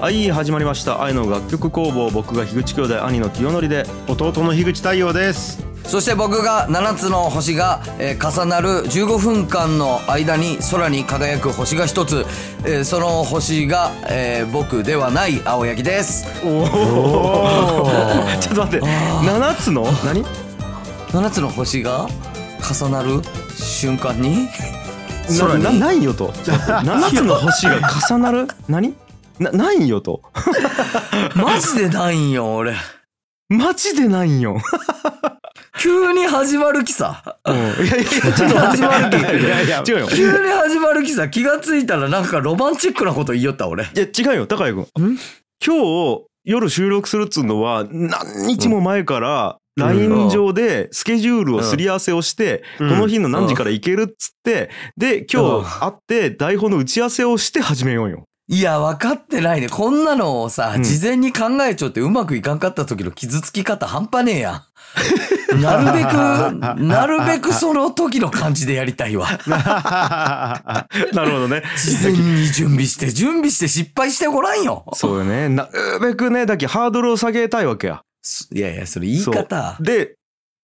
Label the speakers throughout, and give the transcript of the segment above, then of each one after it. Speaker 1: はい始まりました愛の楽曲工房僕が樋口兄弟兄の清則で
Speaker 2: 弟の樋口太陽です
Speaker 3: そして僕が7つの星が、えー重なる15分間の間に空に輝く星が一つ、えーその星が、えー僕ではない青柳です
Speaker 1: ちょっと待って7つの何
Speaker 3: 7つの星が重なる瞬間に
Speaker 2: 空に
Speaker 1: ななないよ と7つの星が重なる何なないよと
Speaker 3: マジでないんよ俺
Speaker 1: マジでないんよ、
Speaker 3: 急に始まる気さ
Speaker 1: うん、いやいやいやちょっと
Speaker 3: 始まる気
Speaker 1: いやいや違うよ
Speaker 3: 急に始まる気さ気がついたらなんかロマンチックなこと言いよった俺
Speaker 1: いや違うよ高谷君今日夜収録するっつうのは何日も前から
Speaker 2: うん
Speaker 1: LINE 上でスケジュールをすり合わせをして、
Speaker 2: うん
Speaker 1: この日の何時から行けるっつって、で今日会って台本の打ち合わせをして始めようよ。
Speaker 3: いや分かってないねこんなのをさ、
Speaker 1: うん
Speaker 3: 事前に考えちゃってうまくいかんかった時の傷つき方半端ねえやん なるべ くなるべくその時の感じでやりたいわ
Speaker 1: なるほどね。
Speaker 3: 事前に準備して準備して失敗してごらんよ
Speaker 1: そうよね。なるべくねだけハードルを下げたいわけや。
Speaker 3: すいやいやそれ言い方
Speaker 1: で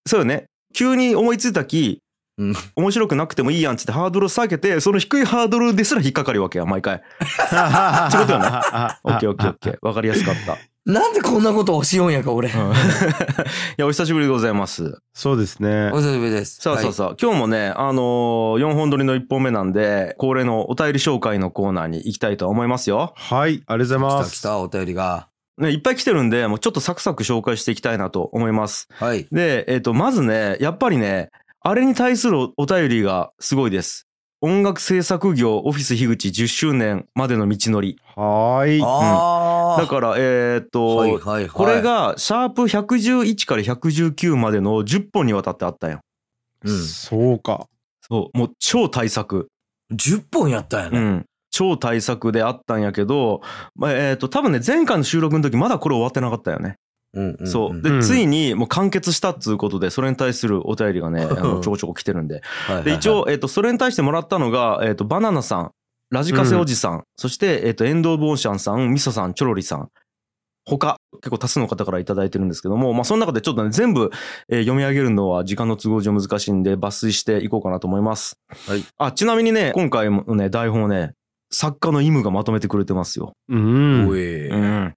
Speaker 1: そうよね急に思いついたき、
Speaker 3: うん
Speaker 1: 面白くなくてもいいやんっつってハードルを下げてその低いハードルですら引っかかるわけや毎回。
Speaker 2: そう
Speaker 1: いうことよねオッケーオッケーオッケーわかりやすかった。
Speaker 3: なんでこんなことをしようんやか俺、
Speaker 1: うん いやお久しぶりでございます。
Speaker 2: そうですね
Speaker 3: お久しぶりです
Speaker 1: さあさあさあ、今日もね、あのー、4本撮りの1本目なんで、恒例のお便り紹介のコーナーに行きたいと思いますよ。
Speaker 2: はいありがとうござい
Speaker 3: は
Speaker 2: ま
Speaker 3: い、来た来
Speaker 2: す
Speaker 3: たお便りが
Speaker 1: ね、いっぱい来てるんで、もうちょっとサクサク紹介していきたいなと思います。
Speaker 3: はい
Speaker 1: で、えっ、と、まずね、やっぱりね、あれに対するおお便りがすごいです。音楽制作業オフィス樋口10周年までの道のり。
Speaker 2: はーい
Speaker 3: ああ、
Speaker 1: だから、えっ、と、
Speaker 3: はいはいはい
Speaker 1: これ、が、シャープ111から119までの10本にわたってあったんよ。
Speaker 3: うん、
Speaker 2: そうか
Speaker 1: そう。もう超大作。
Speaker 3: 10本やったんや
Speaker 1: う
Speaker 3: ね、
Speaker 1: ん、超大作であったんやけど、まあ、えっ、と多分ね前回の収録の時まだこれ終わってなかったよね、
Speaker 3: うんうんうん
Speaker 1: そうで、
Speaker 2: うん
Speaker 1: ついにもう完結したっつうことでそれに対するお便りが ねあのちょこちょこ来てるんで
Speaker 3: はいはいはい
Speaker 1: で一応、えっとそれに対してもらったのが、えっとバナナさんラジカセおじさん、そして、えっとエンドウボーシャンさんみそさんチョロリさん他結構多数の方から頂いただいてるんですけども、まあ、その中でちょっとね全部、えー読み上げるのは時間の都合上難しいんで抜粋していこうかなと思います、
Speaker 3: はい、
Speaker 1: あちなみにね今回のね台本をね作家のイムがまとめてくれてますよ、
Speaker 2: うん
Speaker 3: おい、
Speaker 1: ん、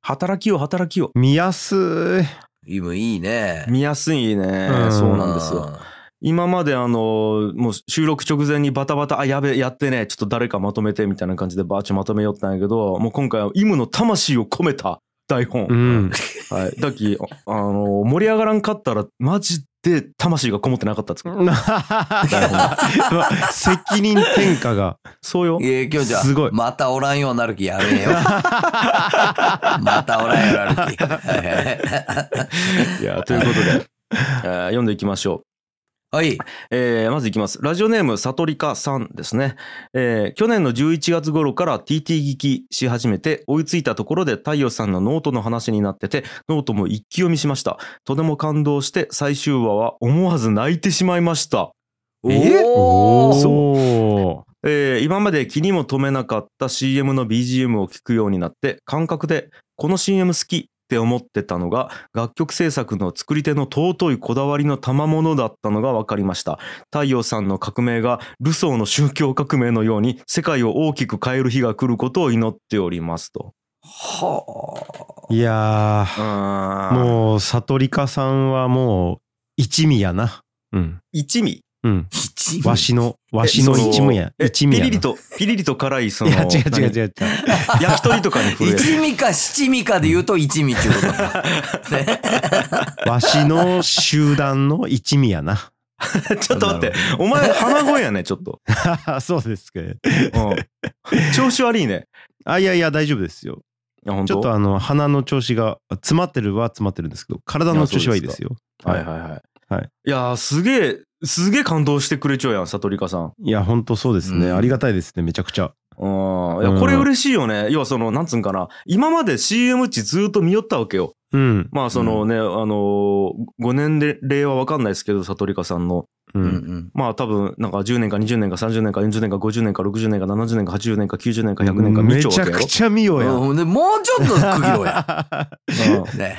Speaker 1: 働きよ働きよ
Speaker 2: 見やす
Speaker 3: 今いいね。
Speaker 1: 見やすいね、
Speaker 2: うん
Speaker 1: そうなんですよ。今まであのもう収録直前にバタバタあやべえやってねちょっと誰かまとめてみたいな感じでバーチまとめよったんやけどもう今回はイムの魂を込めた台本、
Speaker 2: い うん
Speaker 1: はい、だっきああの盛り上がらんかったらマジで魂がこもってなかったっつうか
Speaker 2: 責任転嫁が
Speaker 1: そうよ
Speaker 3: うん。えー、今日じゃ
Speaker 2: すごい
Speaker 3: またおらんようになる気やめ えよ。またおらんようになる気。
Speaker 1: いやということで、えー読んでいきましょう
Speaker 3: はい。
Speaker 1: えーまずいきます。ラジオネーム、サトリカさんですね。えー去年の11月頃から TT 聞きし始めて、追いついたところで太陽さんのノートの話になってて、ノートも一気読みしました。とても感動して、最終話は思わず泣いてしまいました。え
Speaker 3: おー
Speaker 2: お
Speaker 1: えー今まで気にも留めなかった CM の BGM を聞くようになって、感覚で、この CM 好きって思ってたのが、楽曲制作の作り手の尊いこだわりの賜物だったのが分かりました。太陽さんの革命がルソーの宗教革命のように世界を大きく変える日が来ることを祈っておりますと。
Speaker 3: は
Speaker 2: ーいやー
Speaker 1: もう
Speaker 2: もう悟りかさんはもう一味やなうん
Speaker 1: 一味
Speaker 2: うん
Speaker 3: あ。一味
Speaker 2: わしのわしの
Speaker 1: えそ
Speaker 2: 一味や
Speaker 1: え
Speaker 2: 一味や
Speaker 1: ピ
Speaker 2: な
Speaker 1: リリとピリリと辛いそ
Speaker 2: い
Speaker 1: の
Speaker 2: や違う違う違う違う
Speaker 1: 何焼き鳥とかに触 れる
Speaker 3: 一味か七味かで言うと一味っていうこと。ね
Speaker 2: わしの集団の一味やな。
Speaker 1: ちょっと待ってお前鼻声やねちょっと、
Speaker 2: そうですけど。
Speaker 1: う ん、調子悪いね
Speaker 2: あ、いやいや、大丈夫ですよ。
Speaker 1: いや本
Speaker 2: ち
Speaker 1: 当
Speaker 2: ょっとあの、鼻の調子が、詰まってるは詰まってるんですけど、体の調子はいいですよ。
Speaker 1: はいはいはい。
Speaker 2: はい、
Speaker 1: やーすげえ、すげえ感動してくれちゃうやん、さとりかさん。
Speaker 2: いや、ほんとそうですね。
Speaker 3: うん
Speaker 2: ありがたいですね、めちゃくちゃ。
Speaker 1: うん。いや、
Speaker 2: うん
Speaker 1: これ嬉しいよね。要はその、なんつうんかな。今まで CM 値ずっと見よったわけよ。
Speaker 2: うん。
Speaker 1: まあそのね、あのー、5年で例はわかんないですけど、さとりかさんの。
Speaker 2: う。
Speaker 3: うんん
Speaker 1: まあ多分なんか10年か20年か30年か40年か50年か60年か70年か80年か90年か100年か見
Speaker 2: め
Speaker 1: ちゃう
Speaker 2: ち
Speaker 1: わ
Speaker 2: ゃ
Speaker 1: けよ
Speaker 2: くちゃ見ようや。
Speaker 3: うん。でもうちょっと区切ろうや。
Speaker 1: うん
Speaker 3: ね、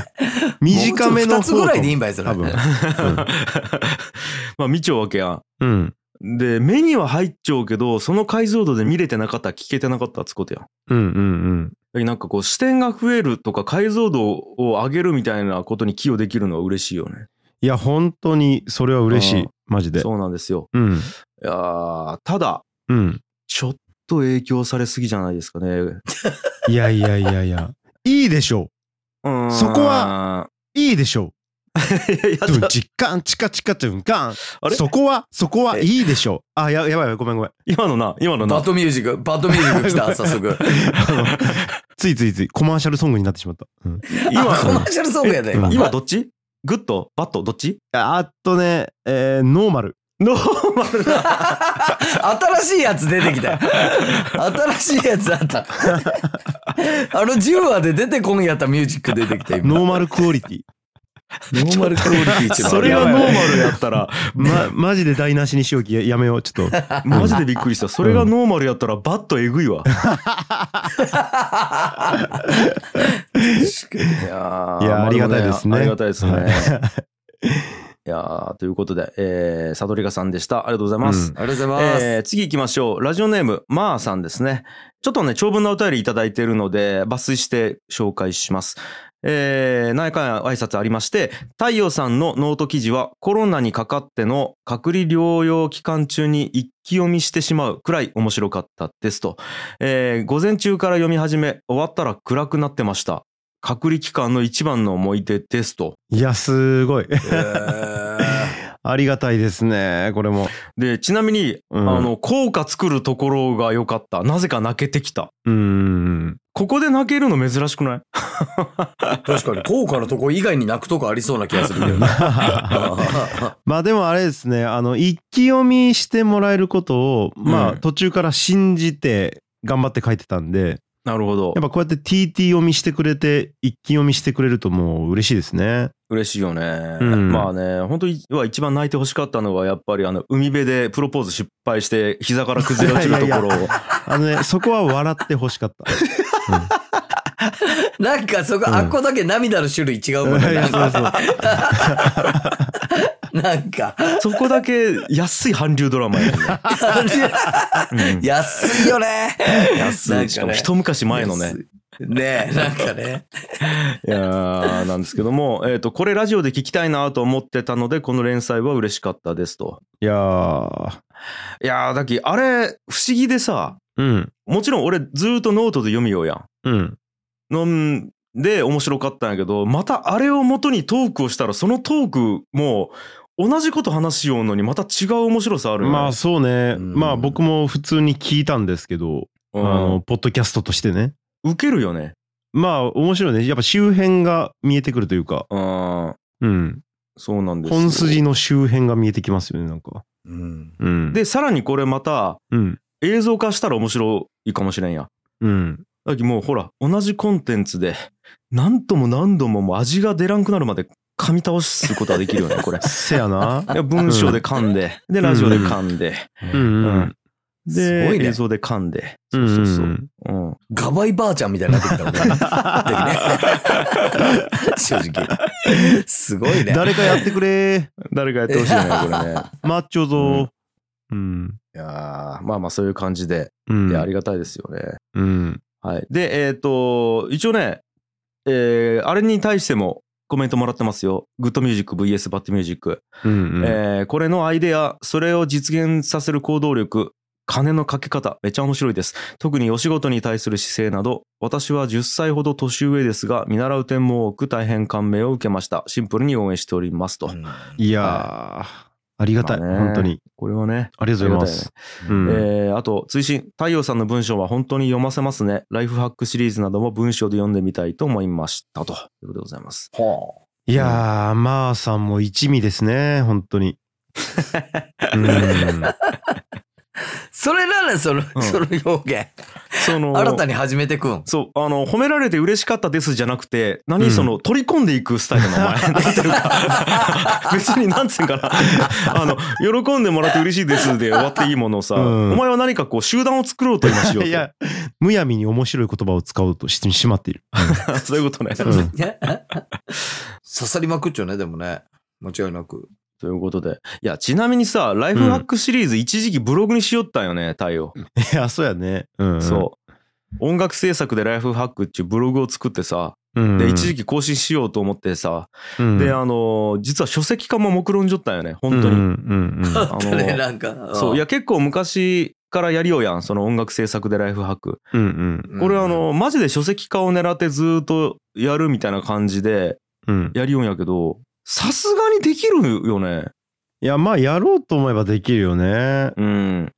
Speaker 2: 短め
Speaker 3: も
Speaker 2: の
Speaker 3: うちょっと二つぐらいでいいんばいそれ。
Speaker 2: 多分。
Speaker 1: まあ見ちゃうわけやん。
Speaker 2: うんうん。
Speaker 1: で、目には入っちゃうけど、その解像度で見れてなかったら聞けてなかったっつことやん。
Speaker 2: うんうん
Speaker 1: なんかこう視点が増えるとか解像度を上げるみたいなことに寄与できるのは嬉しいよね。
Speaker 2: いや、本当にそれは嬉し
Speaker 1: う
Speaker 2: い
Speaker 1: ん。
Speaker 2: マジで。
Speaker 1: そうなんですよ。
Speaker 2: うん。
Speaker 1: いやーただ、
Speaker 2: うん。
Speaker 1: ちょっと影響されすぎじゃないですかね。
Speaker 2: いやいやいやいや。いいでしょそこ
Speaker 1: は、
Speaker 2: う。いいでしょ
Speaker 1: いやいや
Speaker 2: う。ドゥンチッカンチカチカドゥンカン。
Speaker 1: あれ
Speaker 2: そこは、そこは
Speaker 1: え
Speaker 2: いいでしょう。あ、ややばいやばい。ごめんごめん。
Speaker 1: 今のな、今の
Speaker 3: バ
Speaker 1: な
Speaker 3: ッ。ドミュージック、バッドミュージック 来た、早 速。
Speaker 2: あのついついついコマーシャルソングになってしまった。うん
Speaker 1: 今
Speaker 3: あコマーシャルソングやで、
Speaker 2: え
Speaker 3: 今。
Speaker 1: 今どっちグッドバットどっち
Speaker 2: ああとね、えーノーマル。
Speaker 1: ノーマルな。
Speaker 3: 新しいやつ出てきたよ。新しいやつあった。あの10話で出てこんやったミュージック出てきた、 今。
Speaker 2: ノーマルクオリティ。
Speaker 3: ノーマルクオリティ一番
Speaker 1: それ
Speaker 2: は
Speaker 1: が
Speaker 2: や
Speaker 1: ノ
Speaker 2: ば
Speaker 1: ー
Speaker 2: い
Speaker 1: マルやったら、
Speaker 2: ま、マジで台無しにしようきややめよう。ちょっと。
Speaker 1: マジでびっくりした。それがノーマルやったら、バットえぐいわ。いや
Speaker 2: いや
Speaker 1: ま
Speaker 2: ありがたいですね
Speaker 1: ありがたいですね。
Speaker 2: はい
Speaker 1: いやーということで、えー、サドリガさんでした。ありがとうございます。
Speaker 2: うん
Speaker 3: ありがとうございます。
Speaker 1: えー次行きましょう。ラジオネーム、まーさんですね。ちょっとね、長文のお便りいただいているので、抜粋して紹介します。えー、何回か挨拶ありまして、太陽さんのノート記事はコロナにかかっての隔離療養期間中に一気読みしてしまうくらい面白かったですと。えー午前中から読み始め、終わったら暗くなってました。隔離期間の一番の思い出ですと。
Speaker 2: いや、すごい。
Speaker 3: え
Speaker 2: ありがたいですね。これも。
Speaker 1: で、ちなみに、
Speaker 2: うん
Speaker 1: あの、効果作るところが良かった。なぜか泣けてきた。
Speaker 2: うん。
Speaker 1: ここで泣けるの珍しくない
Speaker 3: ー確かに、効果のとこ以外に泣くとこありそうな気がするけどね。
Speaker 2: まあでもあれですね、あの、一気読みしてもらえることを、
Speaker 1: う
Speaker 2: まあ
Speaker 1: ん
Speaker 2: 途中から信じて頑張って書いてたんで、
Speaker 1: なるほど
Speaker 2: やっ。ぱこうやって TT 読みしてくれて、一気読みしてくれるともう嬉しいですね。
Speaker 1: 嬉しいよね。
Speaker 2: うん
Speaker 1: まあね、本当には一番泣いてほしかったのは、やっぱりあの、海辺でプロポーズ失敗して、膝から崩れ落ちるところを。
Speaker 2: あのね、そこは笑ってほしかった。
Speaker 3: なんかそこ、
Speaker 2: うん
Speaker 3: あっこだけ涙の種類違う
Speaker 2: い
Speaker 3: もんね。
Speaker 2: やそうそう
Speaker 3: なんか、
Speaker 1: そこだけ安い韓流ドラマやね。うん
Speaker 3: 安いよね。
Speaker 1: 安い。しかも一昔前のね。。
Speaker 3: ねえ、なんかね。
Speaker 1: いやーなんですけども、えっ、と、これラジオで聞きたいなと思ってたので、この連載は嬉しかったですと。
Speaker 2: いやー、
Speaker 1: いやー、だき、あれ、不思議でさ、
Speaker 2: うん、
Speaker 1: もちろん俺ずーっとノートで読みようやん。
Speaker 2: うん。
Speaker 1: のんで面白かったんやけどまたあれを元にトークをしたらそのトークも同じこと話しようのにまた違う面白さあるよね
Speaker 2: まあそうね、
Speaker 3: うん
Speaker 2: まあ僕も普通に聞いたんですけど、
Speaker 1: う
Speaker 2: あ
Speaker 1: ん
Speaker 2: の、ポッドキャストとしてね。
Speaker 1: ウケるよね
Speaker 2: まあ面白いね。やっぱ周辺が見えてくるというか、
Speaker 1: うん
Speaker 2: うん。
Speaker 1: そうなんですよ
Speaker 2: 本筋の周辺が見えてきますよね、なんか。
Speaker 3: うん。
Speaker 2: うん。、
Speaker 1: でさらにこれまた
Speaker 2: うん。
Speaker 1: 映像化したら面白いかもしれんや
Speaker 2: うん。
Speaker 1: だきもうほら同じコンテンツで何度も何度ももう味が出らんくなるまで噛み倒すことはできるよね これ
Speaker 2: せやな。
Speaker 1: いや文章で噛んででラジオで噛んで、
Speaker 2: うんうん。
Speaker 1: です
Speaker 3: ごいね
Speaker 1: 映像で噛んで
Speaker 2: う。
Speaker 1: そうんそううそうんうん
Speaker 3: ガバイばあちゃんみたいになってきた もんね。正直。すごいね。
Speaker 2: 誰かやってくれ。
Speaker 1: 誰かやってほしいね、これね。
Speaker 2: マッチョぞ。うん。
Speaker 1: いやーまあまあそういう感じで、
Speaker 2: うん。
Speaker 1: いや、ありがたいですよね。
Speaker 2: うん。
Speaker 1: はい。で、えっ、と、一応ね、えーあれに対してもコメントもらってますよ。グッドミュージック VS バッドミュージック。
Speaker 2: うん。うん
Speaker 1: えーこれのアイデア、それを実現させる行動力、金のかけ方、めちゃ面白いです。特にお仕事に対する姿勢など、私は10歳ほど年上ですが、見習う点も多く大変感銘を受けました。シンプルに応援しておりますと。
Speaker 3: うん
Speaker 2: いやー、ありがたい。
Speaker 1: まあね
Speaker 2: 本当に。
Speaker 1: これはね、
Speaker 2: ありがとうございます。うん
Speaker 1: えーあと追伸太陽さんの文章は本当に読ませますねライフハックシリーズなども文章で読んでみたいと思いましたということでございます
Speaker 3: ほ
Speaker 2: いやー、まあさんも一味ですね、本当に。うん。
Speaker 3: それならその、
Speaker 1: ん
Speaker 3: その表現。
Speaker 1: その
Speaker 3: 新たに始めてくん。
Speaker 1: そうあの褒められて嬉しかったですじゃなくて何その、取り込んでいくスタイル のお前なんていうか別になんつうんかなあの喜んでもらって嬉しいですで終わっていいものをさ、
Speaker 2: うん
Speaker 1: お前は何かこう集団を作ろうと今しよう
Speaker 2: いや、むやみに面白い言葉を使おうとしてしまっている。
Speaker 1: とそういうことね、
Speaker 2: うん
Speaker 3: 刺さりまくっちゃうね、でもね。間違いなく。
Speaker 1: ということでいやちなみにさライフハックシリーズ一時期ブログにしよったんよね太陽、
Speaker 2: いや、そうやね。うん。
Speaker 1: そう音楽制作でライフハックっていうブログを作ってさ
Speaker 2: うん。
Speaker 1: で一時期更新しようと思ってさ、
Speaker 2: うん、
Speaker 1: であの実は書籍化も目論んじょったんよね本当に、
Speaker 2: うんうんうん
Speaker 3: あ
Speaker 2: うん
Speaker 3: ったね、 なんか。
Speaker 1: そういや結構昔からやりようやんその音楽制作でライフハック
Speaker 2: うんうん
Speaker 3: うん、
Speaker 1: これあのマジで書籍化を狙ってずーっとやるみたいな感じで
Speaker 2: うん
Speaker 1: やりようんやけどさすがにできるよね
Speaker 2: いやまあやろうと思えばできるよね。
Speaker 1: うん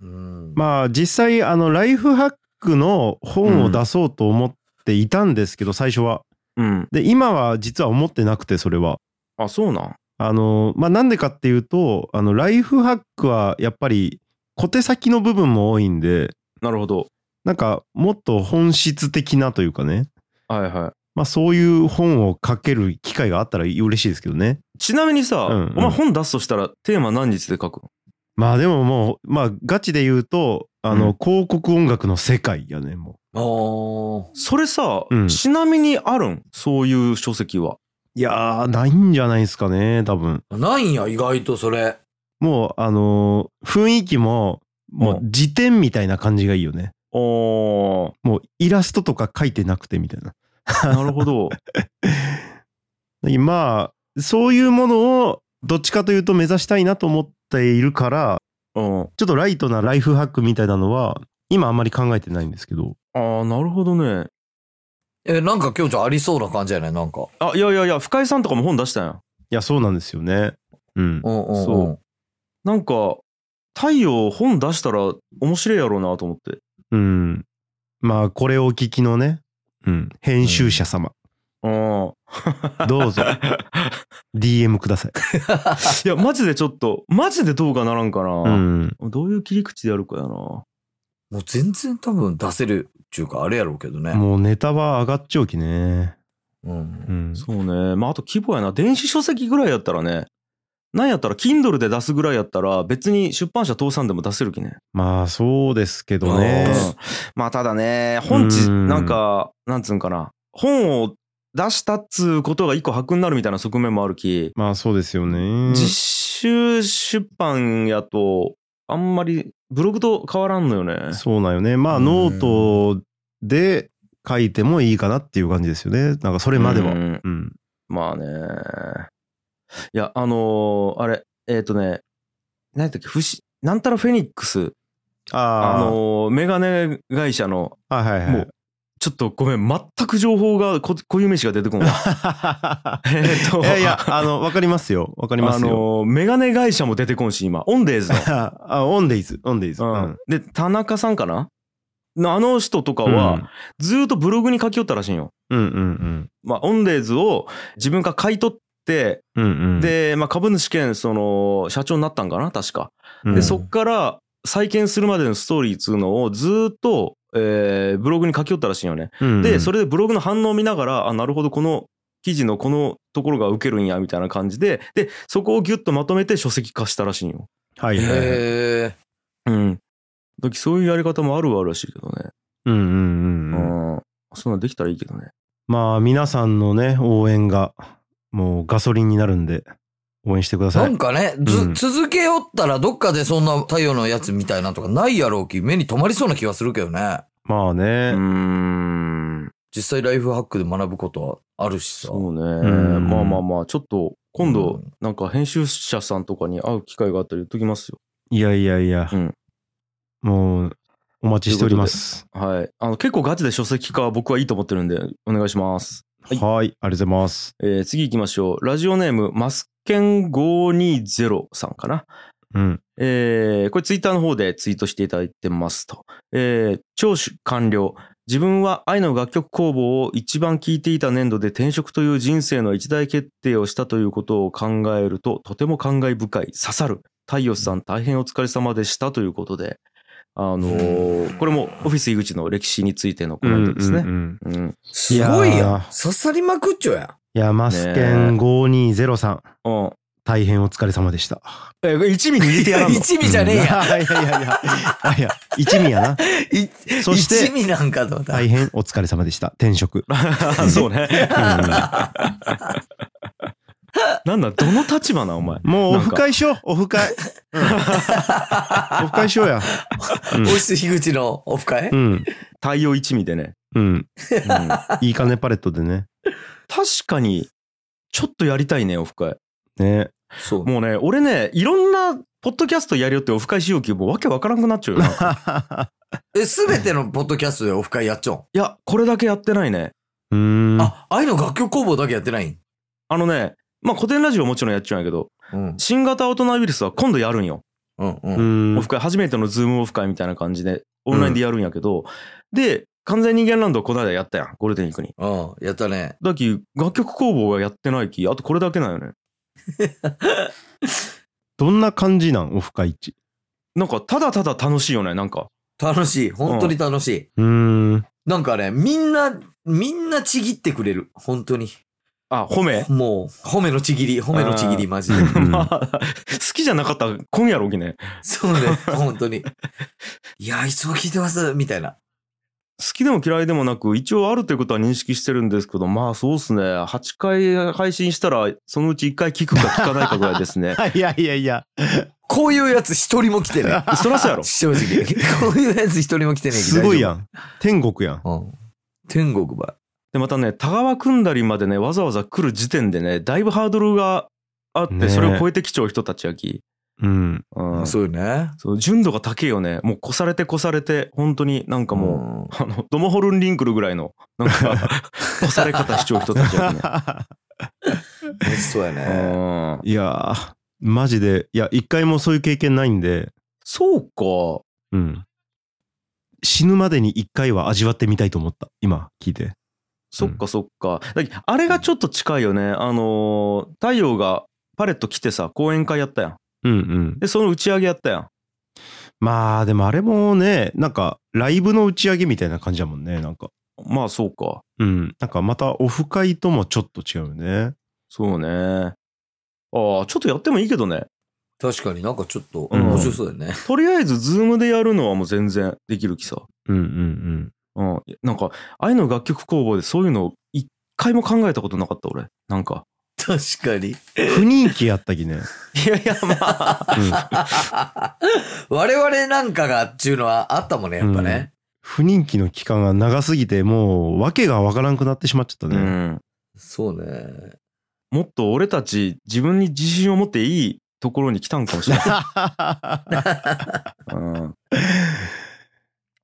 Speaker 3: うん、
Speaker 2: まあ実際あのライフハックの本を出そうと思っていたんですけど最初は。
Speaker 1: うん
Speaker 2: で今は実は思ってなくてそれは。
Speaker 1: あそうなん
Speaker 2: あのまあなんでかっていうとあのライフハックはやっぱり小手先の部分も多いんで
Speaker 1: なるほど
Speaker 2: なんかもっと本質的なというかね。
Speaker 1: はいはい
Speaker 2: まあそういう本を書ける機会があったら嬉しいですけどね。
Speaker 1: ちなみにさ、
Speaker 2: うんうん
Speaker 1: お前本出すとしたらテーマ何日で書くの
Speaker 2: まあでももうまあガチで言うとあ
Speaker 1: う
Speaker 2: の、
Speaker 1: ん
Speaker 2: 広告音楽の世界やねもう。
Speaker 3: おー
Speaker 1: それさ、
Speaker 2: うん
Speaker 1: ちなみにあるんそういう書籍はい
Speaker 2: やー、ないんじゃないですかね、多分。
Speaker 3: ないんや、意外とそれ。
Speaker 2: もう、あのー雰囲気も、もう
Speaker 1: う
Speaker 2: 辞典みたいな感じがいいよね。
Speaker 1: おー
Speaker 2: もうイラストとか書いてなくてみたいな。
Speaker 1: なるほど
Speaker 2: まあ、そういうものをどっちかというと目指したいなと思っているから、
Speaker 1: うん
Speaker 2: ちょっとライトなライフハックみたいなのは、今あんまり考えてないんですけど。
Speaker 1: ああなるほどね
Speaker 3: え、なんか今日ちゃんありそうな感じやね、なんか。
Speaker 1: あいやいやいや深井さんとかも本出したやん
Speaker 2: いや、そうなんですよね。うん。
Speaker 3: うんうんうん、
Speaker 1: そうなんか太陽本出したら面白いやろうなと思って
Speaker 2: うん。まあ、これをお聞きのね、うん、編集者
Speaker 1: う
Speaker 2: 様、
Speaker 1: ん
Speaker 2: どう ぞ、DM ください。
Speaker 1: いやマジでちょっとマジでどうかならんか
Speaker 2: う
Speaker 1: な、
Speaker 2: ん。
Speaker 1: どういう切り口でやるかやな
Speaker 3: もう全然多分出せるっていうか、あれやろうけどね。
Speaker 2: もうネタは上がっちゃうきね。
Speaker 3: うん
Speaker 2: うん。
Speaker 1: そうねまああと規模やな電子書籍ぐらいやったらねなんやったら Kindle で出すぐらいやったら別に出版社倒産でも出せるきね
Speaker 2: まあそうですけどね。
Speaker 1: うんまあただね本ち
Speaker 2: うん
Speaker 1: なんかなんつうんかな本を出したっつうことが一個箔になるみたいな側面もあるき
Speaker 2: まあそうですよね。
Speaker 1: 実習出版やとあんまりブログと変わらんのよね
Speaker 2: そうなんよね。まあ
Speaker 3: うん
Speaker 2: ノートで書いてもいいかなっていう感じですよね。なんかそれまでは。
Speaker 1: う
Speaker 2: うん
Speaker 1: ん。
Speaker 2: うん。
Speaker 1: まあねいやあのーあれえっ、とね何やったっけふしなんたらフェニックスあ
Speaker 2: あ
Speaker 1: のーメガネ会社の
Speaker 2: あ、はいはいは
Speaker 1: も。
Speaker 2: いう
Speaker 1: ちょっとごめん全く情報がこ固有名詞が出てこんわ えっと
Speaker 2: いやいや、あの、わかりますよ。わかりま
Speaker 1: あ
Speaker 2: すよ。
Speaker 1: のーメガネ会社も出てこんし今オンデーズ の
Speaker 2: あ、オンデイズ、オンデイズ。
Speaker 1: うん、で田中さんかなのあの人とか
Speaker 2: うん
Speaker 1: は、ずーっとブログに書きよったらしいんよ。
Speaker 2: うんうんうん。
Speaker 1: まあ、オンデーズを自分が買い取って、
Speaker 2: うんうん。、
Speaker 1: で、まあ、株主兼その社長になったんかな確か。
Speaker 3: う
Speaker 1: で
Speaker 3: ん
Speaker 1: そっから再建するまでのストーリーっつうのをずーっと、えーブログに書き寄ったらしいんよね。でそ
Speaker 2: れ、
Speaker 1: れでブログの反応を見ながらあなるほどこの記事のこのところが受けるんやみたいな感じででそこをギュッとまとめて書籍化したらしいんよ。
Speaker 2: はいはいはい。
Speaker 3: へえ。
Speaker 1: うん。時そういうやり方もあるはあるらしいけどね。
Speaker 2: うんうんうんう
Speaker 1: う
Speaker 2: ん。
Speaker 1: ん。そんなんできたらいいけどね。
Speaker 2: まあ皆さんのね応援がもうガソリンになるんで応援してくださ
Speaker 3: ないん。かね、ず、
Speaker 2: うん
Speaker 3: 続けよったらどっかでそんな太陽のやつみたいなとかないやろうき、目に留まりそうな気がするけどね。
Speaker 2: まあ
Speaker 1: うー
Speaker 2: ね、
Speaker 1: ん。
Speaker 3: 実際ライフハックで学ぶことはあるしさ。
Speaker 1: そうね。
Speaker 2: ん
Speaker 1: まあまあまあ、ちょっと今
Speaker 3: う
Speaker 1: 度
Speaker 3: ん、
Speaker 1: なんか編集者さんとかに会う機会があったら言っときますよ。
Speaker 2: いやいやいや、
Speaker 1: うん
Speaker 2: もうお待ちしております。
Speaker 1: はい。あの、結構ガチで書籍化は僕はいいと思ってるんで、お願いします。
Speaker 2: はい、ありがとうございます。
Speaker 1: えー次行きましょう。ラジオネーム、マスケン520さんかな。
Speaker 2: うん、
Speaker 1: えーこれツイッターの方でツイートしていただいてますと。えー聴取完了。自分は愛の楽曲工房を一番聴いていた年度で転職という人生の一大決定をしたということを考えるととても感慨深い、刺さる、太陽さん大変お疲れ様でしたということで、あのーこれもオフィス井口の歴史についてのコメントです
Speaker 2: うんう
Speaker 1: ね。
Speaker 2: んうん
Speaker 1: うん
Speaker 3: すごい
Speaker 2: い
Speaker 3: やん
Speaker 2: や
Speaker 3: 刺さりまくっちょや。
Speaker 2: いや、マスケン5203、
Speaker 1: うん
Speaker 2: 大変お疲れ様でした。
Speaker 1: え一味握って
Speaker 3: い
Speaker 1: やら
Speaker 3: や、
Speaker 1: んの
Speaker 3: 一味じゃねえや。
Speaker 2: いやいやいやいや、あいや 一味やな。
Speaker 3: い
Speaker 2: そし
Speaker 3: 一
Speaker 2: て、
Speaker 3: 味なんかと思った。
Speaker 2: 大変お疲れ様でした。転職。
Speaker 1: そうね。なんだ、どの立場な、お前。
Speaker 2: もうオ
Speaker 1: なん
Speaker 2: フ
Speaker 1: か
Speaker 2: 会しよう、オフ会。うんオフ会しようや。
Speaker 3: オフィス樋口のオフ会、
Speaker 2: うん。
Speaker 1: 太陽一味でね。
Speaker 2: うん。
Speaker 1: うん確
Speaker 2: いい金パレットでね。
Speaker 1: かに、ちょっとやりたいね、オフ会。
Speaker 2: ね。
Speaker 3: そう。
Speaker 1: もうね、俺ね、いろんな、ポッドキャストやりよってオフ会しようきもうわけわからんくなっちゃう よな。い
Speaker 3: え、すべてのポッドキャストでオフ会やっちゃうん。
Speaker 1: や、これだけやってないね。
Speaker 2: うーん。
Speaker 3: あ、愛の楽曲工房だけやってないん
Speaker 1: あのね、まあ古典ラジオもちろんやっちゃうんやけど、
Speaker 3: うん。
Speaker 1: 新型大人ウイルスは今度やるんよ。
Speaker 3: うん。う。
Speaker 2: うんん
Speaker 1: オフ会、初めてのズームオフ会みたいな感じで、オンラインでやるんやけど、で、完全人間ランドこの間やったやん、ゴールデンウィークに。
Speaker 3: うん。やったね。
Speaker 1: だき、楽曲工房がやってないき、あとこれだけなんよね。
Speaker 2: どんな感じなんオフ会一。
Speaker 1: なんか、ただただ楽しいよね、なんか。
Speaker 3: 楽しい。本当に楽しい。
Speaker 2: うーん。
Speaker 3: なんかね、みんな、みんなちぎってくれる。本当に。
Speaker 1: あ、褒め
Speaker 3: もう、褒めのちぎり、褒めのちぎり、マジで。
Speaker 2: うん。
Speaker 1: まあ、 好きじゃなかったら今夜ろきね。
Speaker 3: そうね、本当に。いや、いつも聞いてます、みたいな。
Speaker 1: 好きでも嫌いでもなく、一応あるということは認識してるんですけど、まあそうっすね。8回配信したら、そのうち1回聞くか聞かないかぐらいですね
Speaker 2: いやいやいや。
Speaker 3: こういうやつ一人も来てね。
Speaker 1: そらそうやろ。
Speaker 3: 正直。こういうやつ一人も来てね。
Speaker 2: すごいやん。天国やん。
Speaker 3: うん。天国ば。
Speaker 1: で、またね、田川くんだりまでね、わざわざ来る時点でね、だいぶハードルがあって、
Speaker 2: ねえ
Speaker 1: それを超えてきちゃう人たちやき。
Speaker 2: うん。
Speaker 1: うん。
Speaker 3: そうよね。
Speaker 1: そう純度が高いよね。もう越されて越されて、本当になんかもう、
Speaker 3: も
Speaker 1: あの、ドモホルンリンクルぐらいの、なんか、干され方しちゃう人たち だね。
Speaker 3: うん。そうやね。
Speaker 1: うん
Speaker 2: いやー、マジで。いや、一回もそういう経験ないんで、
Speaker 1: そうか。
Speaker 2: うん。死ぬまでに一回は味わってみたいと思った。今、聞いて。
Speaker 1: そっかそっか。だけどあれがちょっと近いよね。あのー太陽がパレット来てさ、講演会やったやん。
Speaker 2: うんうん。
Speaker 1: で、その打ち上げやったやん。
Speaker 2: まあ、でもあれもね、なんか、ライブの打ち上げみたいな感じだもんね、なんか。
Speaker 1: まあそうか。
Speaker 2: うん。なんか、またオフ会ともちょっと違うよね。
Speaker 1: そうね。ああ、ちょっとやってもいいけどね。
Speaker 3: 確かになんかちょっと
Speaker 2: うん
Speaker 3: 面白そうだよね。
Speaker 1: とりあえず、ズームでやるのはもう全然できるきさ。
Speaker 2: うんうん
Speaker 1: うん。なんか、愛の楽曲工房でそういうの一回も考えたことなかった、俺。なんか。
Speaker 3: 確かに。
Speaker 2: うん。不人気やったきね。
Speaker 1: いやいや、まあ。
Speaker 3: 我々なんかがっていうのはあったもんね、やっぱね。
Speaker 2: 不人気の期間が長すぎて、もう、訳がわからんくなってしまっちゃっ た
Speaker 1: う
Speaker 2: ね。
Speaker 1: ん。
Speaker 3: そうね。
Speaker 1: もっと俺たち自分に自信を持っていいところに来たんかもしれない。
Speaker 2: あ
Speaker 1: うん、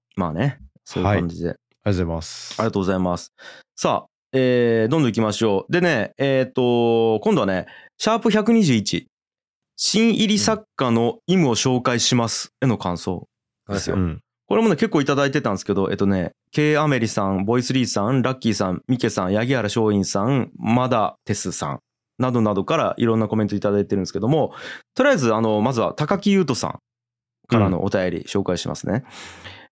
Speaker 1: まあね、そういう感じで、
Speaker 2: りがとうございます。
Speaker 1: ありがとうございます。さあ、えー、どんどん行きましょう。でね、えっ、と、今度はね、シャープ121、新入り作家の意味を紹介しますへの感想。ですよ
Speaker 2: うん。
Speaker 1: これもね、結構いただいてたんですけど、えっとね、K アメリさん、ボイスリーさん、ラッキーさん、ミケさん、八木原松陰さん、マダテスさん、などなどからいろんなコメントいただいてるんですけども、とりあえず、あの、まずは高木優斗さんからのお便り紹介しますね。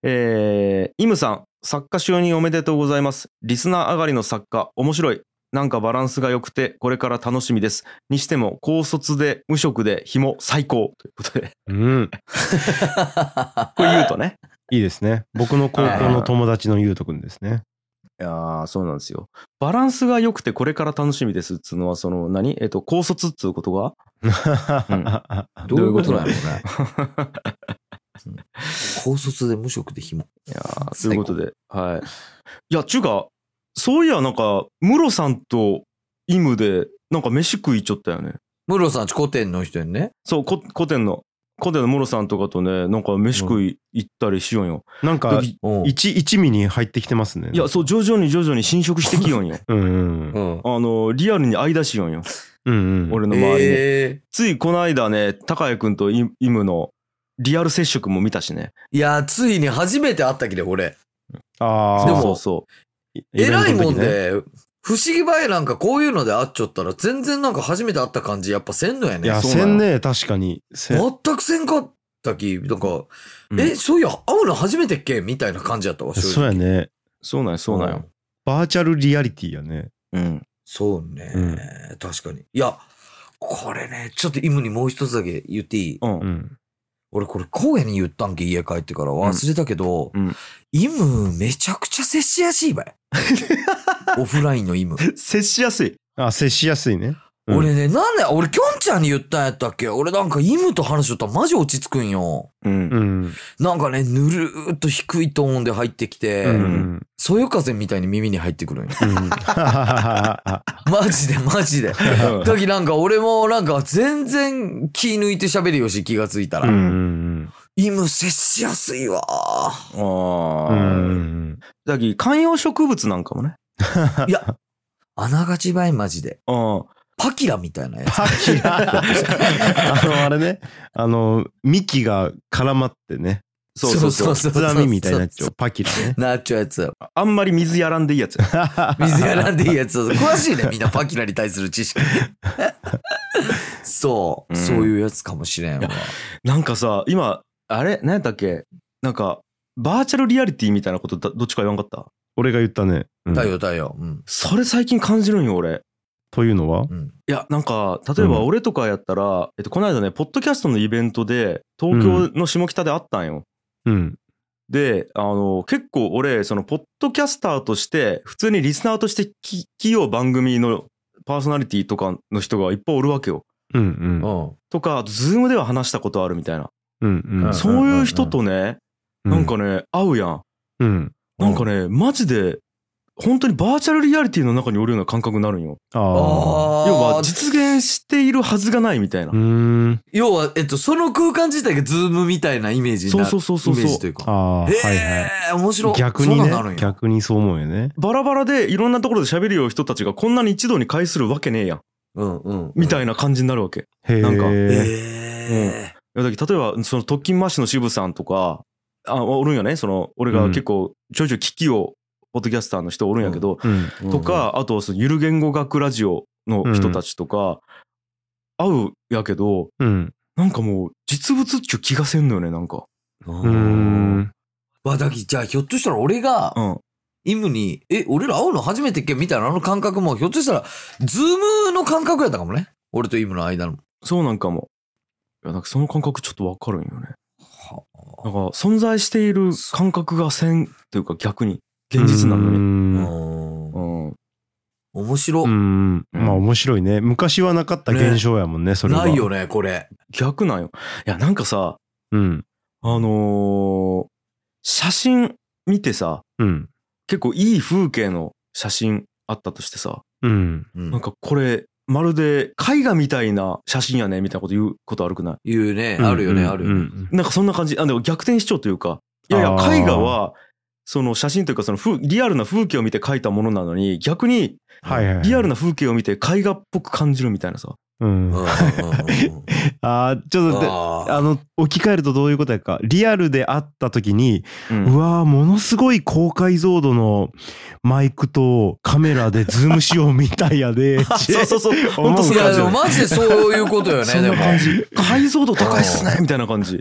Speaker 1: えー、イムさん、作家就任おめでとうございます。リスナー上がりの作家、面白い。なんかバランスが良くて、これから楽しみです。にしても、高卒で、無職で、紐最高。ということで、
Speaker 2: うん。
Speaker 1: これ言うとね。
Speaker 2: いいですね。僕の高校の友達のゆうとくんですね。
Speaker 1: いやーそうなんですよ。バランスが良くてこれから楽しみですっつうのは、その何、えっ、と、高卒っつうことが
Speaker 3: どういうことなの
Speaker 1: ど
Speaker 3: ね。 高卒で無職で紐。
Speaker 1: いやーそういうことで。はい。いや、ちゅうか、そういや、なんか、ムロさんとイムで、なんか飯食いちゃったよね。
Speaker 3: ムロさんち古典の人にね。
Speaker 1: そう、こ古典の、古典のムロさんとかとね、なんか飯食い行ったりしようよ。
Speaker 2: なんか、
Speaker 1: い
Speaker 3: うん。
Speaker 2: 一一味に入ってきてますね。
Speaker 1: や、そう、徐々に徐々に侵食してきよんよ。
Speaker 2: うんうん
Speaker 3: う。ん。
Speaker 1: あの、リアルに愛出しよんよ。
Speaker 2: うんうん。
Speaker 1: 俺の周りに。
Speaker 3: え
Speaker 1: ついこの間ね、高谷くんとイイムのリアル接触も見たしね。
Speaker 3: ー、いや、ついに初めて会ったきで、俺。
Speaker 2: ああ。
Speaker 3: で
Speaker 1: そう
Speaker 3: も
Speaker 1: そう。
Speaker 2: イベン
Speaker 3: 偉
Speaker 2: ト
Speaker 3: い
Speaker 2: の時ね
Speaker 3: もん。で、不思議ばえなんかこういうので会っちゃったら全然なんか初めて会った感じやっぱせんのや
Speaker 2: い
Speaker 3: ね
Speaker 2: や、。
Speaker 1: そうな
Speaker 2: せ
Speaker 1: の
Speaker 2: んね、確かに。せん。
Speaker 3: 全くせんかったき、なんか、
Speaker 1: うん
Speaker 3: え、そういや、会うの初めてっけみたいな感じやったわ、正直
Speaker 2: そうや。ね。
Speaker 1: そうなんよそうなんよ。
Speaker 2: バーチャルリアリティやね。
Speaker 1: うん。
Speaker 3: そうね、
Speaker 2: うん
Speaker 3: 確かに。いや、これね、ちょっとイムにもう一つだけ言っていい
Speaker 1: うん。
Speaker 2: うん。
Speaker 3: 俺これ荒野に言ったんけ、家帰ってから忘れたけど、
Speaker 1: うんうん
Speaker 3: イムめちゃくちゃ接しやすい ばい。オフラインのイム。
Speaker 1: 接しやすい。
Speaker 2: あ、接しやすいね。うん
Speaker 3: 俺ね、なんで、俺、きょんちゃんに言ったんやったっけ俺なんかイムと話しとったらマジ落ち着くんよ。
Speaker 1: う。
Speaker 2: うん ん。
Speaker 3: なんかね、ぬるーっと低いトーンで入ってきて、
Speaker 2: うんうん。
Speaker 3: そよ風みたいに耳に入ってくるんよ。
Speaker 2: うんあ
Speaker 3: マジでマジで。時なんか俺もなんか全然気抜いて喋るよし気がついた
Speaker 2: う
Speaker 3: ら。
Speaker 2: んうん
Speaker 3: イム接しやす いわ。
Speaker 2: うんう
Speaker 1: ああ。
Speaker 2: ん
Speaker 1: だき観葉植物なんかもね。
Speaker 3: いや、あながちばいマジで。
Speaker 1: あ
Speaker 3: パキラみたいなやつ。
Speaker 2: パキラ あのあれねあの幹が絡まってね
Speaker 1: そうそうそう
Speaker 3: そ
Speaker 2: つらみみたいになっちゃ
Speaker 3: う
Speaker 2: うパキラね
Speaker 3: なっちゃうやつ。
Speaker 1: あ。あんまり水やらんでいいやつ。
Speaker 3: 水やらんでいいやつ。詳しいね、みんなパキラに対する知識。そう、
Speaker 1: うん
Speaker 3: そういうやつかもしれんわ。
Speaker 1: なんかさ、今、あれ、何やったっけなんか、バーチャルリアリティみたいなことだどっちか言わんかった
Speaker 2: 俺が言ったね、うん
Speaker 3: だよだよ。うん。
Speaker 1: それ最近感じるんよ、俺。
Speaker 2: というのは
Speaker 3: うん。
Speaker 1: いや、なんか、例えば
Speaker 2: うん
Speaker 1: 俺とかやったら、えっと、この間ね、ポッドキャストのイベントで、東京の下北で会ったんよ。
Speaker 2: うん
Speaker 1: で、あの、結構俺、その、ポッドキャスターとして、普通にリスナーとして聞きよう番組のパーソナリティとかの人がいっぱいおるわけよ。
Speaker 2: うん
Speaker 3: う
Speaker 2: うん
Speaker 3: ん。
Speaker 1: とか、あと、ズームでは話したことあるみたいな。
Speaker 2: うんうん
Speaker 1: そういう人とね、なんかね、会うやん。
Speaker 2: うん
Speaker 1: なんかね、マジで、本当にバーチャルリアリティの中におるような感覚になるんよ。
Speaker 2: ああ
Speaker 3: ああ。
Speaker 1: 要は、実現しているはずがないみたいな
Speaker 2: うー。ん
Speaker 3: 要は、えっと、その空間自体がズームみたいなイメージに
Speaker 1: そう
Speaker 3: なる。
Speaker 1: そうそうそう
Speaker 3: イメージと
Speaker 1: そ。
Speaker 3: いううか。
Speaker 2: ああーはいはい
Speaker 3: ええー、面白い。
Speaker 2: 逆に
Speaker 3: そうなる
Speaker 2: ね
Speaker 3: んや。
Speaker 2: 逆にそう思うよね
Speaker 1: バラバラでいろんなところで喋るよう人たちがこんなに一度に会するわけねえやん。
Speaker 3: うんうん。
Speaker 1: みた
Speaker 3: い
Speaker 1: いな感じになるわけ。
Speaker 2: へ
Speaker 1: なんか
Speaker 3: な。
Speaker 2: え
Speaker 3: え
Speaker 1: いやだけど例えばその特勤マッシュの渋さんとかあおるんやねその俺が結構ちょいちょい聞きをポッドキャスターの人おるんやけど、
Speaker 2: うん
Speaker 3: え
Speaker 1: と、か、あとそのゆる言語学ラジオの人たちとか、会うやけど
Speaker 2: うん
Speaker 1: なんかもう実物っちゅう気がせんのよねなんか。
Speaker 3: うん
Speaker 2: うーん
Speaker 3: わ、だき、じゃあ、ひょっとしたら俺が
Speaker 1: う、ん、
Speaker 3: イムに、え、俺ら会うの初めてっけみたいなあの感覚も、ひょっとしたら、ズームの感覚やったかもね。俺とイムの間の。
Speaker 1: そうなんかも。いやなんかその感覚ちょっとわかるんよね。
Speaker 3: は
Speaker 1: なんか存在している感覚がせんというか逆に現実なのに。
Speaker 2: に
Speaker 3: うん。
Speaker 1: うん
Speaker 3: 面白
Speaker 2: う。ん、まあ面白いね昔はなかった現象やもんねそれは
Speaker 3: ないよね、これ。
Speaker 1: 逆なんよ。いやなんかさ
Speaker 2: うん
Speaker 1: あのー写真見てさ、
Speaker 2: うん
Speaker 1: 結構いい風景の写真あったとしてさ、
Speaker 2: うん
Speaker 3: うん
Speaker 1: なんかこれ、まるで絵画みたいな写真やねみたいなこと言うことあるくない
Speaker 3: いうね、あるよね、あるよね。
Speaker 1: なんかそんな感じ。あ、でも逆転主張というか、いやいや、
Speaker 2: あー
Speaker 1: 絵画は、その写真というか、その風リアルな風景を見て描いたものなのに、逆に
Speaker 2: はいはいはい
Speaker 1: リアルな風景を見て絵画っぽく感じるみたいなさ。
Speaker 2: うん
Speaker 3: うんうんうん
Speaker 2: あーちょっと
Speaker 3: うん
Speaker 2: で
Speaker 3: あ
Speaker 2: あの置き換えるとどういうことやかリアルであった時に、
Speaker 1: う
Speaker 2: うんわーものすごい高解像度のマイクとカメラでズームしようみたいや で
Speaker 1: そうそうそう。
Speaker 2: 思う
Speaker 1: 本当
Speaker 3: ー。
Speaker 1: そ
Speaker 3: いう
Speaker 1: いう
Speaker 3: や、
Speaker 1: 感
Speaker 3: で
Speaker 1: じ
Speaker 3: も
Speaker 1: だね。
Speaker 3: マジでそういうことよね、
Speaker 1: そん
Speaker 3: で
Speaker 1: な
Speaker 3: も。
Speaker 1: 感じ。解像度高いっすねみたいな感じ。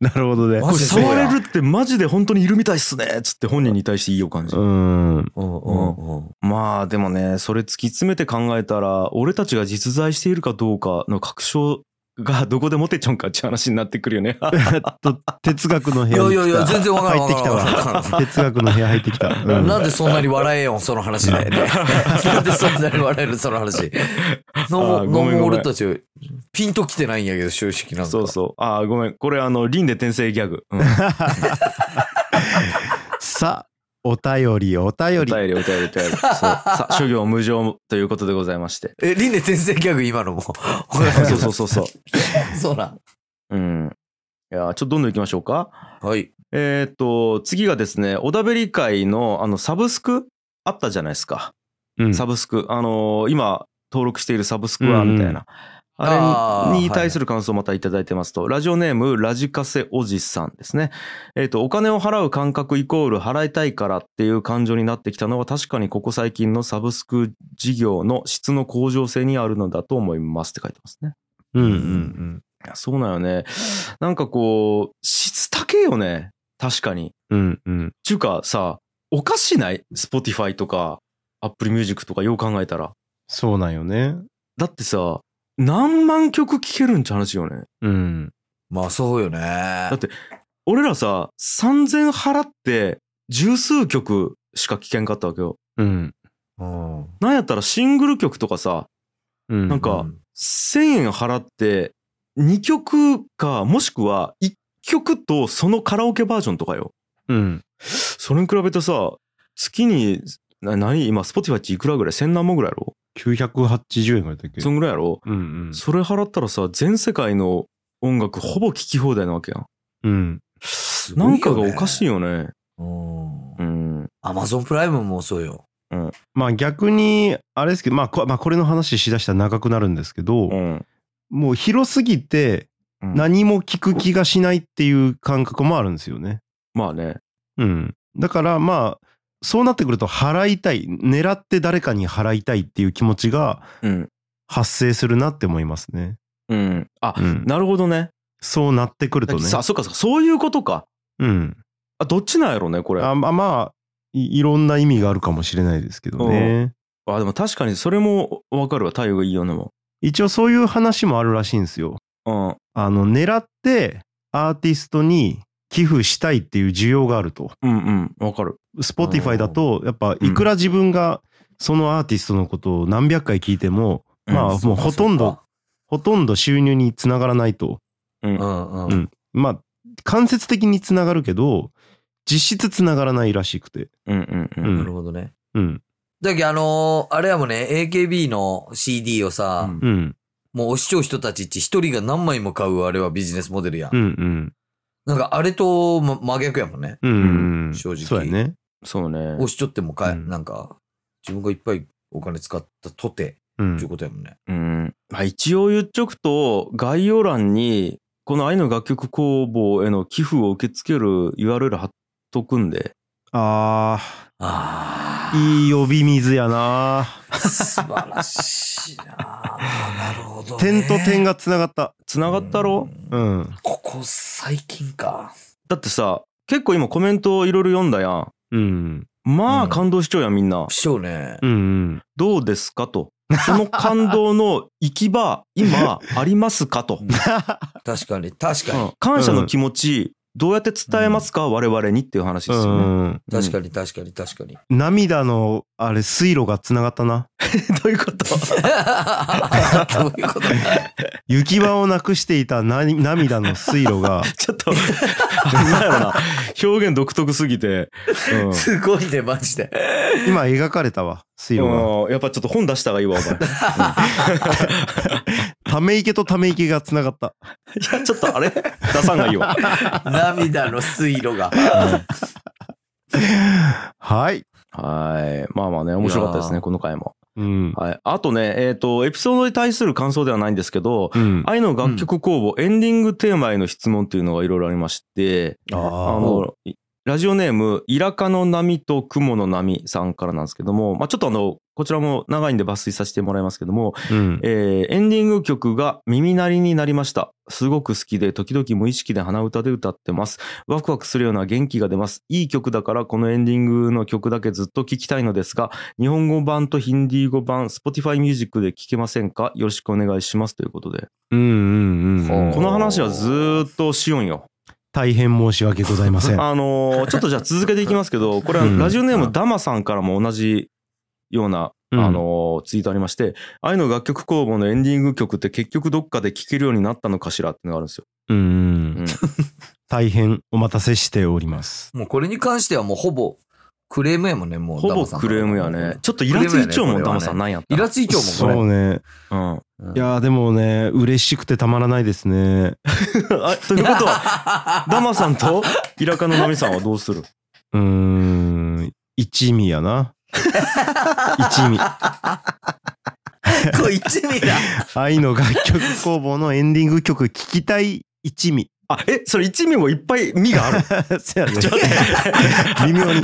Speaker 2: なるほどね
Speaker 3: マ
Speaker 1: これ
Speaker 3: ジでそうや
Speaker 1: 触れるってマジで本当にいるみたいっすねっつって本人に対していいよ感じ、
Speaker 2: うん
Speaker 3: うんうんうん。
Speaker 1: まあでもねそれ突き詰めて考えたら俺たちが実在しているかどうかの確証がどこで持てちゃうんかっていう話 になってくるよね
Speaker 2: と哲学の部
Speaker 3: い
Speaker 2: 屋
Speaker 3: や
Speaker 2: に
Speaker 3: いやい
Speaker 2: 来
Speaker 3: や、
Speaker 2: た
Speaker 3: 全然わからん
Speaker 2: 入ってきた
Speaker 3: わからんわからん
Speaker 2: わ哲学の部屋入ってきた、うん
Speaker 3: なんでそんなに笑えよん、その話で。なんでそんなに笑える、その話。
Speaker 1: あ
Speaker 3: の
Speaker 1: ー
Speaker 3: も、
Speaker 1: ごめんご
Speaker 3: のも
Speaker 1: めん
Speaker 3: 俺たち、ピンときてないんやけど、正直なんか。
Speaker 1: そうそうああごめんこれあの輪廻転生ギャグ、うん、
Speaker 2: さあお便りお便
Speaker 1: お
Speaker 2: り
Speaker 1: 便りお便りお便り そうさ諸行無常ということでございまして
Speaker 3: え、輪廻転生ギャグ今 のも。
Speaker 1: そうそうそうそう
Speaker 3: そうなん。
Speaker 1: うんいやーちょっとどんどんいきましょうか
Speaker 3: はい。
Speaker 1: えーっと次がですねおだべり会のあのサブスクあったじゃないですか
Speaker 2: うん
Speaker 1: サブスク、あのー今登録しているサブスクは
Speaker 2: うんうん
Speaker 1: みたいな、あ
Speaker 3: あー
Speaker 1: れに対する感想をまたいただいてますと、ラジオネーム、ラジカセおじさんですね。えっ、と、お金を払う感覚イコール払いたいからっていう感情になってきたのは確かにここ最近のサブスク事業の質の向上性にあるのだと思いますって書いてますね。
Speaker 2: うんうんうん
Speaker 1: いやそうなんよね。なんかこう、質高えよね。確かに。
Speaker 2: うんうん
Speaker 1: ちゅうかさ、おかしない ?Spotify とか Apple Music とかよう考えたら。
Speaker 2: そうなんよね
Speaker 1: だってさ、何万曲聴けるんちゃ話よね。
Speaker 2: うん
Speaker 3: まあそうよね。
Speaker 1: って俺らさ、3000払って十数曲しか聴けんかったわけよ。
Speaker 2: うん
Speaker 3: うん。
Speaker 1: なんやったらシングル曲とかさ、
Speaker 2: うん
Speaker 1: なんか
Speaker 3: うん
Speaker 1: 1000円払って2曲か、もしくは1曲とそのカラオケバージョンとかよ。
Speaker 2: うん
Speaker 1: それに比べてさ、月に、な何今、スポティファイっていくらぐらい千何本ぐらいやろ
Speaker 2: 980円ぐらいだっけ
Speaker 1: そんぐらいやろ、
Speaker 2: うんうん
Speaker 1: それ払ったらさ、全世界の音楽ほぼ聴き放題なわけやん。
Speaker 2: うん
Speaker 3: すご
Speaker 1: な
Speaker 3: いよね
Speaker 1: んかがおかしい。よね。
Speaker 3: うん。
Speaker 1: うん。
Speaker 3: アマゾンプライムもそうよ。
Speaker 2: まあ逆にあれですけどまあこ,、まあ、これの話しだしたら長くなるんですけど、
Speaker 1: うん。
Speaker 2: もう広すぎて
Speaker 1: うん
Speaker 2: 何も聞く気がしないっていう感覚もあるんですよね
Speaker 1: まあね。
Speaker 2: うんだからまあそうなってくると払いたい狙って誰かに払いたいっていう気持ちが
Speaker 1: うん。
Speaker 2: 発生するなって思いますね、
Speaker 1: うん。あ、
Speaker 2: うん、
Speaker 1: なるほどね。
Speaker 2: そうなってくるとね
Speaker 1: さ、そっかそっか、そういうことか。
Speaker 2: うん
Speaker 1: あ、どっちなんやろね、これ。
Speaker 2: あ
Speaker 1: あ、
Speaker 2: まあまあいいろんな意味があるかもしれないですけどね
Speaker 1: でも確かにそれもわかるわ。太陽がいいよねも。
Speaker 2: 一応そういう話もあるらしいんですよ
Speaker 1: うん。
Speaker 2: あの狙ってアーティストに寄付したいっていう需要があると
Speaker 1: うんうん。わかる。
Speaker 2: Spotify だとやっぱいくら自分がそのアーティストのことを何百回聞いても、
Speaker 1: うん
Speaker 2: まあもうほとんどほとんど収入につながらないと
Speaker 1: うん。
Speaker 3: そうか。うんう。
Speaker 2: うんんまあ間接的につながるけど実質つながらないらしくて
Speaker 1: うんうんうん。
Speaker 3: なるほどね。
Speaker 2: うん
Speaker 3: だけどあのーあれやもんね、AKB の CD をさ、
Speaker 1: うん
Speaker 2: うん
Speaker 3: もう押しちゃう人たちって一人が何枚も買うあれはビジネスモデルやん。
Speaker 2: うんうん
Speaker 3: なんかあれとま真逆やもんね。
Speaker 2: うんうん
Speaker 3: 正直
Speaker 2: そうやね
Speaker 1: そうね。
Speaker 3: 押しちゃっても買え、
Speaker 2: うん
Speaker 3: なんか、自分がいっぱいお金使ったとて、
Speaker 2: う
Speaker 3: っていうんことやもんね。
Speaker 1: うん、まあ一応言っちゃくと概要欄にこの愛の楽曲工房への寄付を受け付ける URL 貼っとくんで
Speaker 2: あ
Speaker 3: あ
Speaker 2: ーいい呼び水やな
Speaker 3: あ、素晴らしいな あ。なるほど、ね。
Speaker 2: 点と点がつながった
Speaker 1: つながったろ、
Speaker 3: うん
Speaker 2: うん
Speaker 3: ここ最近か。
Speaker 1: だってさ結構今コメントいろいろ読んだやん
Speaker 2: うん
Speaker 1: まあ
Speaker 3: うん
Speaker 1: 感動しちゃうやんみんな、
Speaker 3: しょうね。
Speaker 2: うんうん
Speaker 1: どうですかとその感動の行き 場今ありますかと、
Speaker 3: 確かに、確か
Speaker 1: う
Speaker 3: に、
Speaker 1: ん感謝の気持ちどうやって伝えますか、我々にっていう話ですよね、
Speaker 2: うん
Speaker 3: 確かに、確かに、確 かに。
Speaker 2: 涙のあれ水路がつながったな
Speaker 1: に どういうこと
Speaker 3: どういうことだ
Speaker 2: 行き場をなくしていたな涙の水 路が
Speaker 1: ちょっとなんやろな表現独特すぎ て、うん
Speaker 3: すごいね、マジで。
Speaker 2: 今描かれたわ水路が
Speaker 1: うんやっぱちょっと本出した方 がいいわ、お前。い
Speaker 2: ため池とため池がつながった
Speaker 1: や、ちょっとあれ出さんがいいわ。
Speaker 3: 涙の水路が。
Speaker 2: はい、
Speaker 1: はい。まあまあね、面白かったです
Speaker 3: いや
Speaker 1: ね、
Speaker 3: ー
Speaker 1: この回も。
Speaker 2: うん
Speaker 1: はい。あとね、えっ、と、エピソードに対する感想ではないんですけど、
Speaker 2: うん、
Speaker 1: 愛の楽曲公募、エンディングテーマへの質問っていうのがいろいろありまして、
Speaker 2: あ
Speaker 1: あ
Speaker 2: ー
Speaker 1: の、いラジオネーム、イラカの波と雲の波さんからなんですけども、まあちょっとあの、こちらも長いんで抜粋させてもらいますけども、
Speaker 2: うん
Speaker 1: えーエンディング曲が耳鳴りになりました。すごく好きで、時々無意識で鼻歌で歌ってます。ワクワクするような元気が出ます。いい曲だから、このエンディングの曲だけずっと聴きたいのですが、日本語版とヒンディー語版、Spotify Music で聴けませんかよろしくお願いします。ということで。
Speaker 2: うんうんうんうん
Speaker 1: この話はずーっとしよんよ。
Speaker 2: 大変申し訳ございません
Speaker 1: あのーちょっとじゃあ続けていきますけど、これは
Speaker 2: うん
Speaker 1: ラジオネームダマさんからも同じような、
Speaker 2: うん
Speaker 1: あのーツイートありまして、愛の楽曲工房のエンディング曲って結局どっかで聴けるようになったのかしらってのがあるんですよ。
Speaker 2: うんうん
Speaker 1: うん
Speaker 2: 大変お待たせしております
Speaker 3: もうこれに関してはもうほぼクレームやもんね、もう。
Speaker 1: ほ
Speaker 3: ダ
Speaker 1: ぼ
Speaker 3: マさんか
Speaker 1: ク
Speaker 3: ら
Speaker 1: レームやね。。ちょっとイラついちゃうもん、
Speaker 3: クレームやねこれはね
Speaker 1: ダマさん、なんやった
Speaker 3: イ
Speaker 1: ら
Speaker 3: ラついちゃうもん、
Speaker 2: そ
Speaker 3: こ
Speaker 2: うね
Speaker 1: うん。
Speaker 3: れ。
Speaker 2: いやーでもね嬉しくてたまらないですね
Speaker 1: あということは、ダマさんとイラカのナミさんはどうする
Speaker 2: うー ん一味やな一味
Speaker 3: これ一味だ。
Speaker 2: 愛の楽曲工房のエンディング曲聞きたい一 味。
Speaker 1: あ、え、それ一味もいっぱい味がある。
Speaker 2: せやね
Speaker 1: ちょっと
Speaker 2: 微妙に。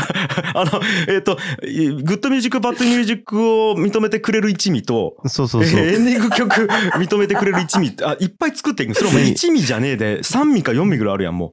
Speaker 1: あの、えっ、と、いグッドミュージック、バッドミュージックを認めてくれる一味と、
Speaker 2: そうそうそ
Speaker 1: えー
Speaker 2: う。
Speaker 1: エンディング曲 認めてくれる一味、あ、いっぱい作っていく。それも一味じゃねえで、三味か四味ぐらいあるやん、も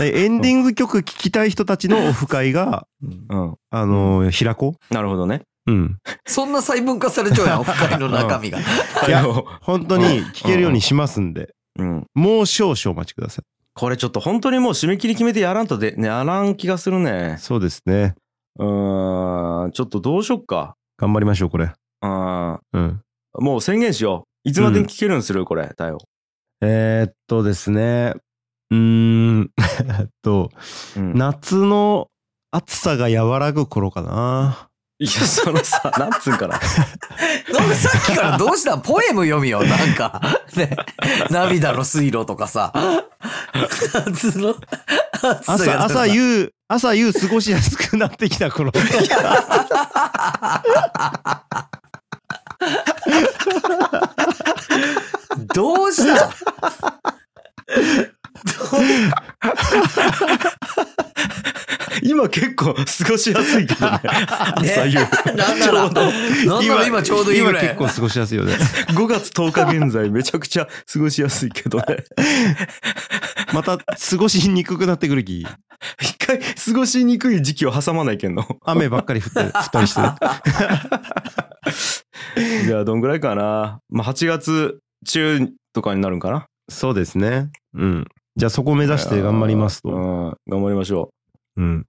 Speaker 2: エンディング曲聞きたい人たちのオフ会が、
Speaker 1: う。うん。
Speaker 2: あのー、平子
Speaker 1: なるほどね。
Speaker 2: うん。
Speaker 3: そんな細分化されちゃうやん、オフ会の中身が。
Speaker 2: いや
Speaker 1: あの
Speaker 2: 本当に聞けるようにしますんで、
Speaker 1: うん。
Speaker 2: もう少々お待ちくださ
Speaker 1: これちょっと本当にもう締め切り決めてやらんとで、ね、やらん気がするね
Speaker 2: い。。そうですね。
Speaker 1: うーん、ちょっとどうしよっか。
Speaker 2: 頑張りましょう、これ。
Speaker 1: うん。
Speaker 2: うん。
Speaker 1: もう宣言しよう。いつまでに聞けるんする、これ、だよ。
Speaker 2: えーっとですね。うーん。 えっと、
Speaker 1: うん
Speaker 2: 夏の暑さが和らぐ頃かな。
Speaker 1: いや、その さ、なんつうんかな。
Speaker 3: なんかさっきからどうしたんポエム読みよ、なんか。ね。涙の水路とかさ。夏の、暑さ
Speaker 2: 朝、
Speaker 3: が
Speaker 2: 朝夕、朝夕過ごしやすくなってきた頃。
Speaker 3: どうしたん
Speaker 1: 今結構過ごしやすいけど ね。朝夕。
Speaker 3: なんなら、なんなら今ちょうどいいぐらい。
Speaker 2: 今結構過ごしやすいよね。
Speaker 1: 5月10日現在、めちゃくちゃ過ごしやすいけどね。
Speaker 2: また、過ごしにくくなってくるき。
Speaker 1: 一回、過ごしにくい時期を挟まないけん の。
Speaker 2: 雨ばっかり降って、降ったりしてる。
Speaker 1: じゃあ、どんぐらいかな。まあ、8月中とかになるんかな。
Speaker 2: そうですね。うん。じゃあそこ目指して頑張ります
Speaker 1: う
Speaker 2: と。
Speaker 1: ん、頑張りましょ
Speaker 2: うん。
Speaker 1: う。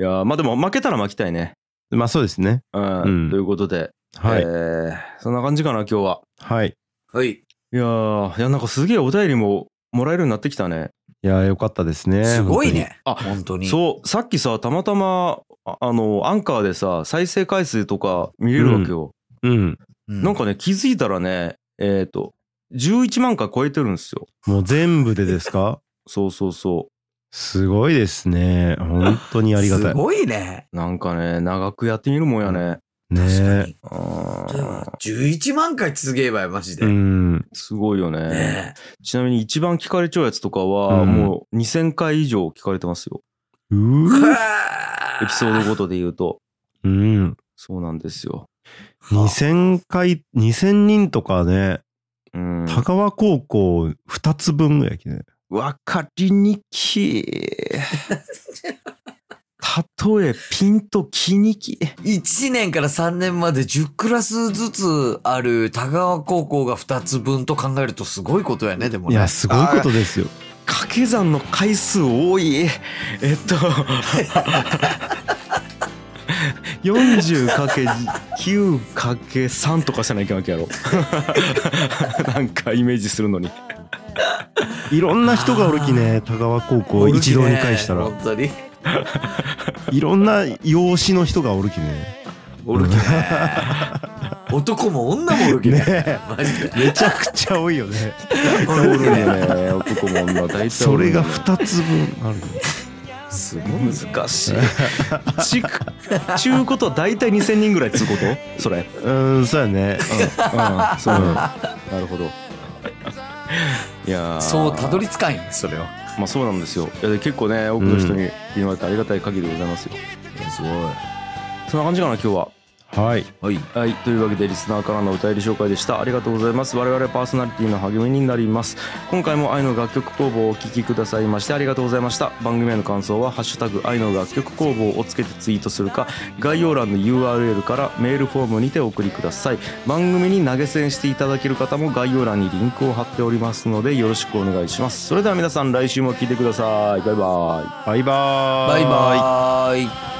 Speaker 1: いやーまあでも負けたら負けたいね。
Speaker 2: まあそうですね。
Speaker 1: うん。
Speaker 2: うん
Speaker 1: ということで、
Speaker 2: は
Speaker 1: え
Speaker 2: い。
Speaker 1: ーそんな感じかな、今日は。
Speaker 2: はい。
Speaker 3: はい。
Speaker 1: いやーいや、なんかすげえお便りももらえるようになってきたね。
Speaker 2: いやー、よかったですね。
Speaker 3: すごいね。
Speaker 1: あ
Speaker 3: 本当に。
Speaker 1: そう、さっきさ、たまたま、ああの、アンカーでさ、再生回数とか見れるわけよ。
Speaker 2: 本当に。うん。
Speaker 3: うん。
Speaker 1: なんかね、気づいたらね、えっ、と、11万回超えてるんですよ。
Speaker 2: もう全部でですか
Speaker 1: そうそうそ
Speaker 2: すごいですね。本当にありがた
Speaker 3: す
Speaker 2: い。
Speaker 3: ごいね。
Speaker 1: う。なんかね、長くやってみるもんやね。
Speaker 3: 確か
Speaker 2: ね
Speaker 3: に。
Speaker 1: うーん、
Speaker 3: 11万回続ければよ、マジで。
Speaker 2: う
Speaker 3: ね
Speaker 2: ん。
Speaker 1: すごいよね
Speaker 3: え
Speaker 1: ちなみに一番聞かれちゃうやつとかは、
Speaker 2: うん
Speaker 1: もう2000回以上聞かれてますよ。
Speaker 2: うー
Speaker 3: エ
Speaker 1: エピソードごとで言うと。
Speaker 2: うん。
Speaker 1: そうなんですよ。
Speaker 2: 2000回、2000人とかね、
Speaker 1: うん。
Speaker 2: 高輪高校2つ分ぐらいやきね。
Speaker 1: わかりに きたとえピンときにき
Speaker 3: 1年から3年まで10クラスずつある田川高校が2つ分と考えるとすごいことやね、で
Speaker 2: い
Speaker 3: もね。
Speaker 2: や、すごいことですよ。
Speaker 1: 掛け算の回数多いえっと 40×9×3 とかせなきゃいけないわけやろ なんかイメージするのに
Speaker 2: いろんな人がおるきね、高輪高校一堂に会したら。
Speaker 3: 本当に。
Speaker 2: いろんな養子の人がおるきね。
Speaker 3: おるけね。男も女もおるけね。
Speaker 2: ね
Speaker 3: マジで。
Speaker 2: めちゃくちゃ多いよね。
Speaker 1: おるね男も女大体おるね
Speaker 2: それが2つ分あるよね。
Speaker 1: すごい難しいちちゅうことは大体2000人ぐらいっつうことそれ
Speaker 2: うーん、そうやね。
Speaker 1: うん、そうう、
Speaker 2: ん
Speaker 1: なるほど。いやー
Speaker 3: そう、たどり着かんよね、それは。
Speaker 1: まあそうなんですよ。いやで結構ね、多くの人に聞いてもらってありがたい限りでございますよ。
Speaker 3: すごい。
Speaker 1: そんな感じかな、今日は。
Speaker 2: はい。
Speaker 3: はい。
Speaker 1: はい、というわけでリスナーからのお便り紹介でしたありがとうございます我々パーソナリティの励みになります今回も愛の楽曲工房をお聴きくださいましてありがとうございました番組への感想は「ハッシュタグ愛の楽曲工房」をつけてツイートするか概要欄の URL からメールフォームにてお送りください番組に投げ銭していただける方も概要欄にリンクを貼っておりますのでよろしくお願いしますそれでは皆さん来週も聴いてくださいバイバイ
Speaker 2: バイバーイ。
Speaker 3: バイバーイ。